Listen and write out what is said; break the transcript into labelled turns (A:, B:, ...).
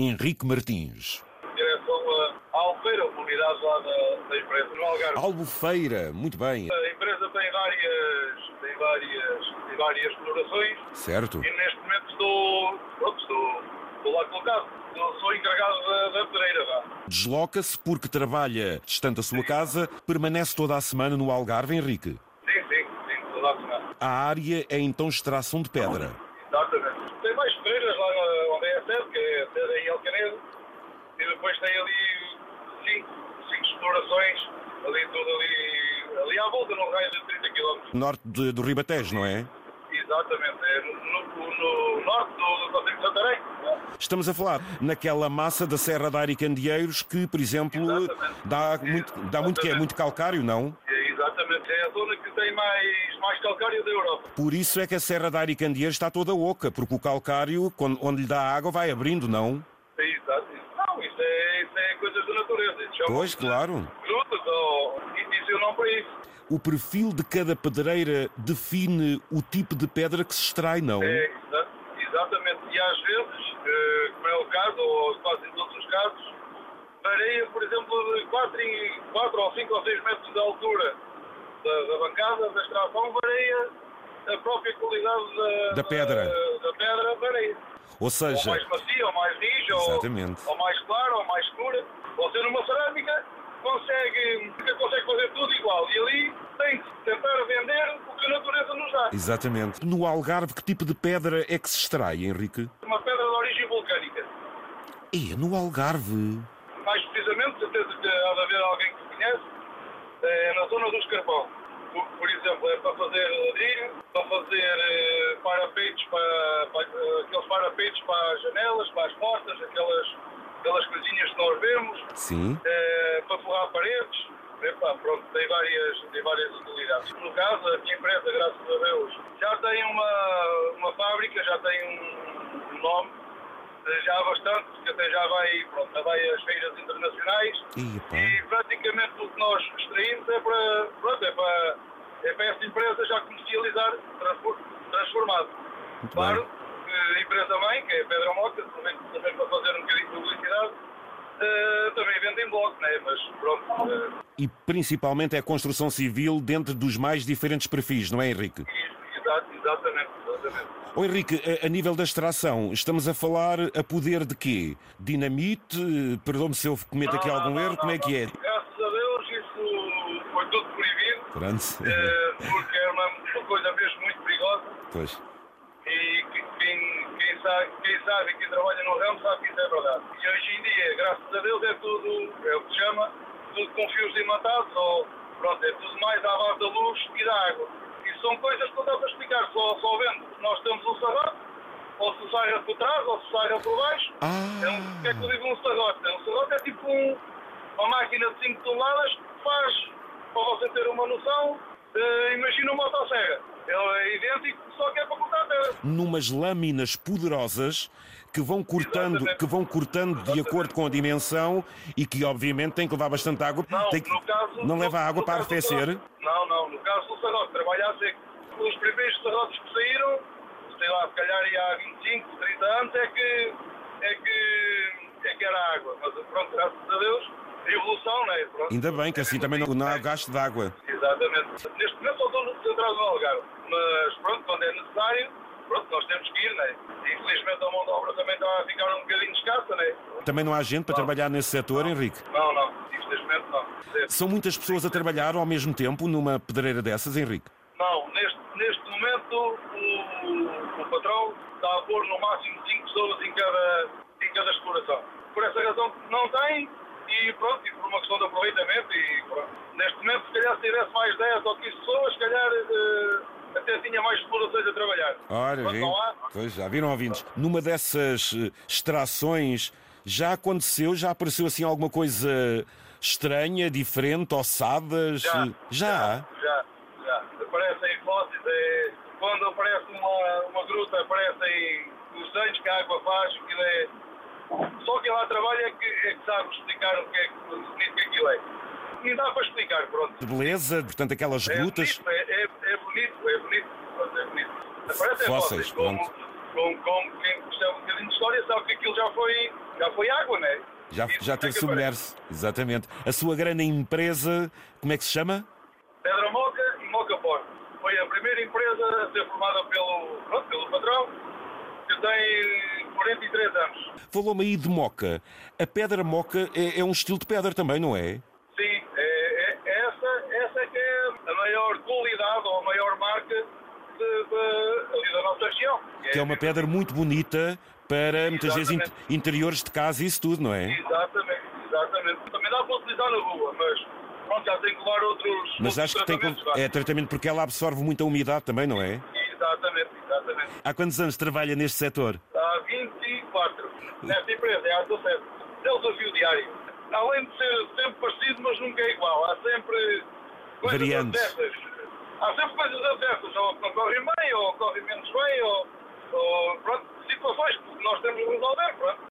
A: Henrique Martins.
B: direção a- à Alfeira, uma unidade lá da, da empresa, no Algarve.
A: Albufeira, muito bem,
B: A empresa tem várias, tem várias, tem várias explorações
A: certo?
B: e neste momento estou, pronto, estou, estou lá colocado. Eu sou encarregado da, da Pereira, vá.
A: Desloca-se porque trabalha distante da sua casa, permanece toda a semana no Algarve, Henrique.
B: Sim, sim, sim, toda a semana.
A: A área é então extração de pedra.
B: Exatamente. Tem mais Pereiras lá na- onde é a sede, que é a sede em Alcanedo. E depois tem ali cinco, cinco explorações, ali tudo ali, ali à volta, num raio de 30 km.
A: Norte de- do Ribatejo, não é?
B: Exatamente, é no, no- no norte do, do Conselho de Santarém.
A: Estamos a falar naquela massa da Serra da Aricandeeiros que, por exemplo,
B: Exatamente.
A: dá muito, dá muito que é muito calcário, não?
B: É, exatamente, é a zona que tem mais, mais calcário da Europa.
A: Por isso é que a Serra da Aricandeeiros está toda oca, porque o calcário, quando- onde lhe dá água, vai abrindo, não?
B: É, exato. Não, isso é, isso é coisas da natureza. Isso chama-se
A: Pois, claro.
B: Grutas ou indício não para isso.
A: O perfil de cada pedreira define o tipo de pedra que se extrai, não?
B: É, exa- exatamente. E às vezes, eh, como é o caso, ou quase em todos os casos, varia, por exemplo, de 4, em, 4 ou 5 ou 6 metros de altura da, da bancada, da extração, varia a própria qualidade da,
A: Da pedra.
B: da, da pedra, varia.
A: Ou
B: Ou
A: seja,
B: mais macia, ou mais rija, ou,
A: Exatamente.
B: ou mais clara, ou mais escura. Você numa cerâmica consegue, consegue fazer tudo igual. E ali tem que tentar vender o que a natureza nos dá.
A: exatamente. No Algarve, que tipo de pedra é que se extrai, Henrique?
B: Uma pedra de origem vulcânica.
A: É, no Algarve.
B: mais precisamente, certeza que há de haver alguém que conhece, é na zona do escarpão. Por, por exemplo, é para fazer ladrilho, para fazer eh, parapeitos, para, para, eh, aqueles parapeitos para as janelas, para as portas, aquelas, aquelas coisinhas que nós vemos,
A: Sim.
B: eh, para forrar paredes. Epá, pronto, tem várias, tem várias utilidades. No caso, a minha empresa, graças a Deus, já tem uma, uma fábrica, já tem um, um nome, eh, já há bastante, porque até já vai, pronto, já vai às feiras internacionais
A: E, pá.
B: e praticamente o que nós extraímos é para, pronto, é para, é para essa empresa já comercializar transfor- transformado.
A: Muito
B: claro,
A: bem.
B: que a empresa mãe, que é a Pedra Moca, também, também para fazer um bocadinho de publicidade, eh, também vende em bloco, né? mas pronto, eh,
A: e principalmente é a construção civil dentro dos mais diferentes perfis, não é, Henrique?
B: Isso, exa- eh, Exatamente, exatamente.
A: Ô Henrique, a- a, nível da extração, estamos a falar a poder de quê? Dinamite? Eh, Perdão-me se eu cometo aqui
B: Não,
A: algum
B: não,
A: erro,
B: não,
A: como é
B: não.
A: que é?
B: Graças a Deus isso foi tudo proibido,
A: Pronto.
B: eh, porque é uma, uma coisa mesmo muito perigosa
A: Pois.
B: um e que- quem, quem sabe, quem sabe, quem trabalha no ramo sabe que isso é verdade. E hoje em dia, graças a Deus, é tudo, é o que se chama, tudo com fios imatados ou pronto, é tudo mais à base da luz e da água. E são coisas que não dá para explicar, só, só vendo. Nós temos um sarrato, ou se sarra por trás, ou se sarra por baixo, É um, o que é que eu
A: Ah!
B: digo um sarrote? Um sarrote é tipo um- uma máquina de 5 toneladas que faz, para você ter uma noção, eh, imagina uma motosserra. Ele é idêntico, só que é para cortar terra.
A: Numas lâminas poderosas que vão cortando,
B: Exatamente.
A: que vão cortando de acordo com a dimensão e que obviamente tem que levar bastante água.
B: Não,
A: Tem que-
B: no caso,
A: não
B: no-
A: leva água
B: no
A: para
B: caso do
A: arrefecer.
B: sarrote- Não, não, no caso do sarrote, trabalha a seco. é Os primeiros sarrotes que saíram, sei lá, se calhar aí há 25, 30 anos, é que, é que, é que era água. Mas pronto, graças a Deus, evolução, não é? Pronto.
A: Ainda bem que assim também não, não há gasto de água.
B: Exatamente. Neste momento só estou centrado no Algarve, mas pronto, quando é necessário, pronto, nós temos que ir, né? Infelizmente a mão de obra também está a ficar um bocadinho escassa, né?
A: Também não há gente para trabalhar nesse setor, Henrique.
B: Não, não, infelizmente não.
A: São muitas pessoas a trabalhar ao mesmo tempo numa pedreira dessas, Henrique?
B: Não, neste, neste momento o, o patrão está a pôr no máximo 5 pessoas em cada, em cada exploração. Por essa razão não tem e pronto, e por uma questão de aproveitamento e pronto. Neste momento se calhar se tivesse mais 10 ou 15 pessoas, se calhar eh, até tinha mais explorações a trabalhar.
A: Ora,
B: Mas
A: viu?
B: não há.
A: Pois, já viram ouvintes? Numa dessas eh, extrações já aconteceu, já apareceu assim alguma coisa estranha, diferente, ossadas?
B: Já,
A: Eh, já?
B: Já, já. Aparecem fósseis, é, quando aparece uma, uma gruta, aparecem os danos que a água faz, aquilo é. Só quem lá trabalha é que, é que sabe explicar o que é que, o bonito que aquilo é. E dá para explicar, pronto.
A: De beleza, portanto, aquelas
B: É
A: grutas.
B: bonito, é, é, é bonito, é bonito, pronto, é bonito. Aparecem
A: Fósseis,
B: fósseis, como, como, como quem percebe um bocadinho de história sabe que aquilo já foi, já foi água, né?
A: Já, já
B: E como é
A: teve
B: que aparece?
A: submerso, exatamente. A sua grande empresa, como é que se chama?
B: Pedra Moca e Moca Porto. Foi a primeira empresa a ser formada pelo, pronto, pelo patrão, que tem 43 anos.
A: Falou-me aí de moca. A pedra moca é, é um estilo de pedra também, não é?
B: Sim, é, é- essa, essa é que é a maior qualidade ou a maior marca de, de- ali da nossa região.
A: Que é uma pedra muito bonita para muitas vezes in-
B: Exatamente.
A: interiores de casa e isso tudo, não é?
B: Exatamente, exatamente. Também dá para utilizar na rua, mas pronto, já tem que levar outros.
A: Mas
B: outros
A: acho que tem
B: tratamentos,
A: que-
B: vá.
A: é tratamento porque ela absorve muita umidade também, não é?
B: Exatamente, exatamente.
A: Há quantos anos trabalha neste setor?
B: Há 24. Nesta empresa é a 17. É o desafio diário. Além de ser sempre parecido, mas nunca é igual. Há sempre coisas
A: Variantes.
B: adversas. Há sempre coisas adversas. Ou que não correm bem, ou correm menos bem, ou, ou pronto, situações que nós temos de resolver. Pronto.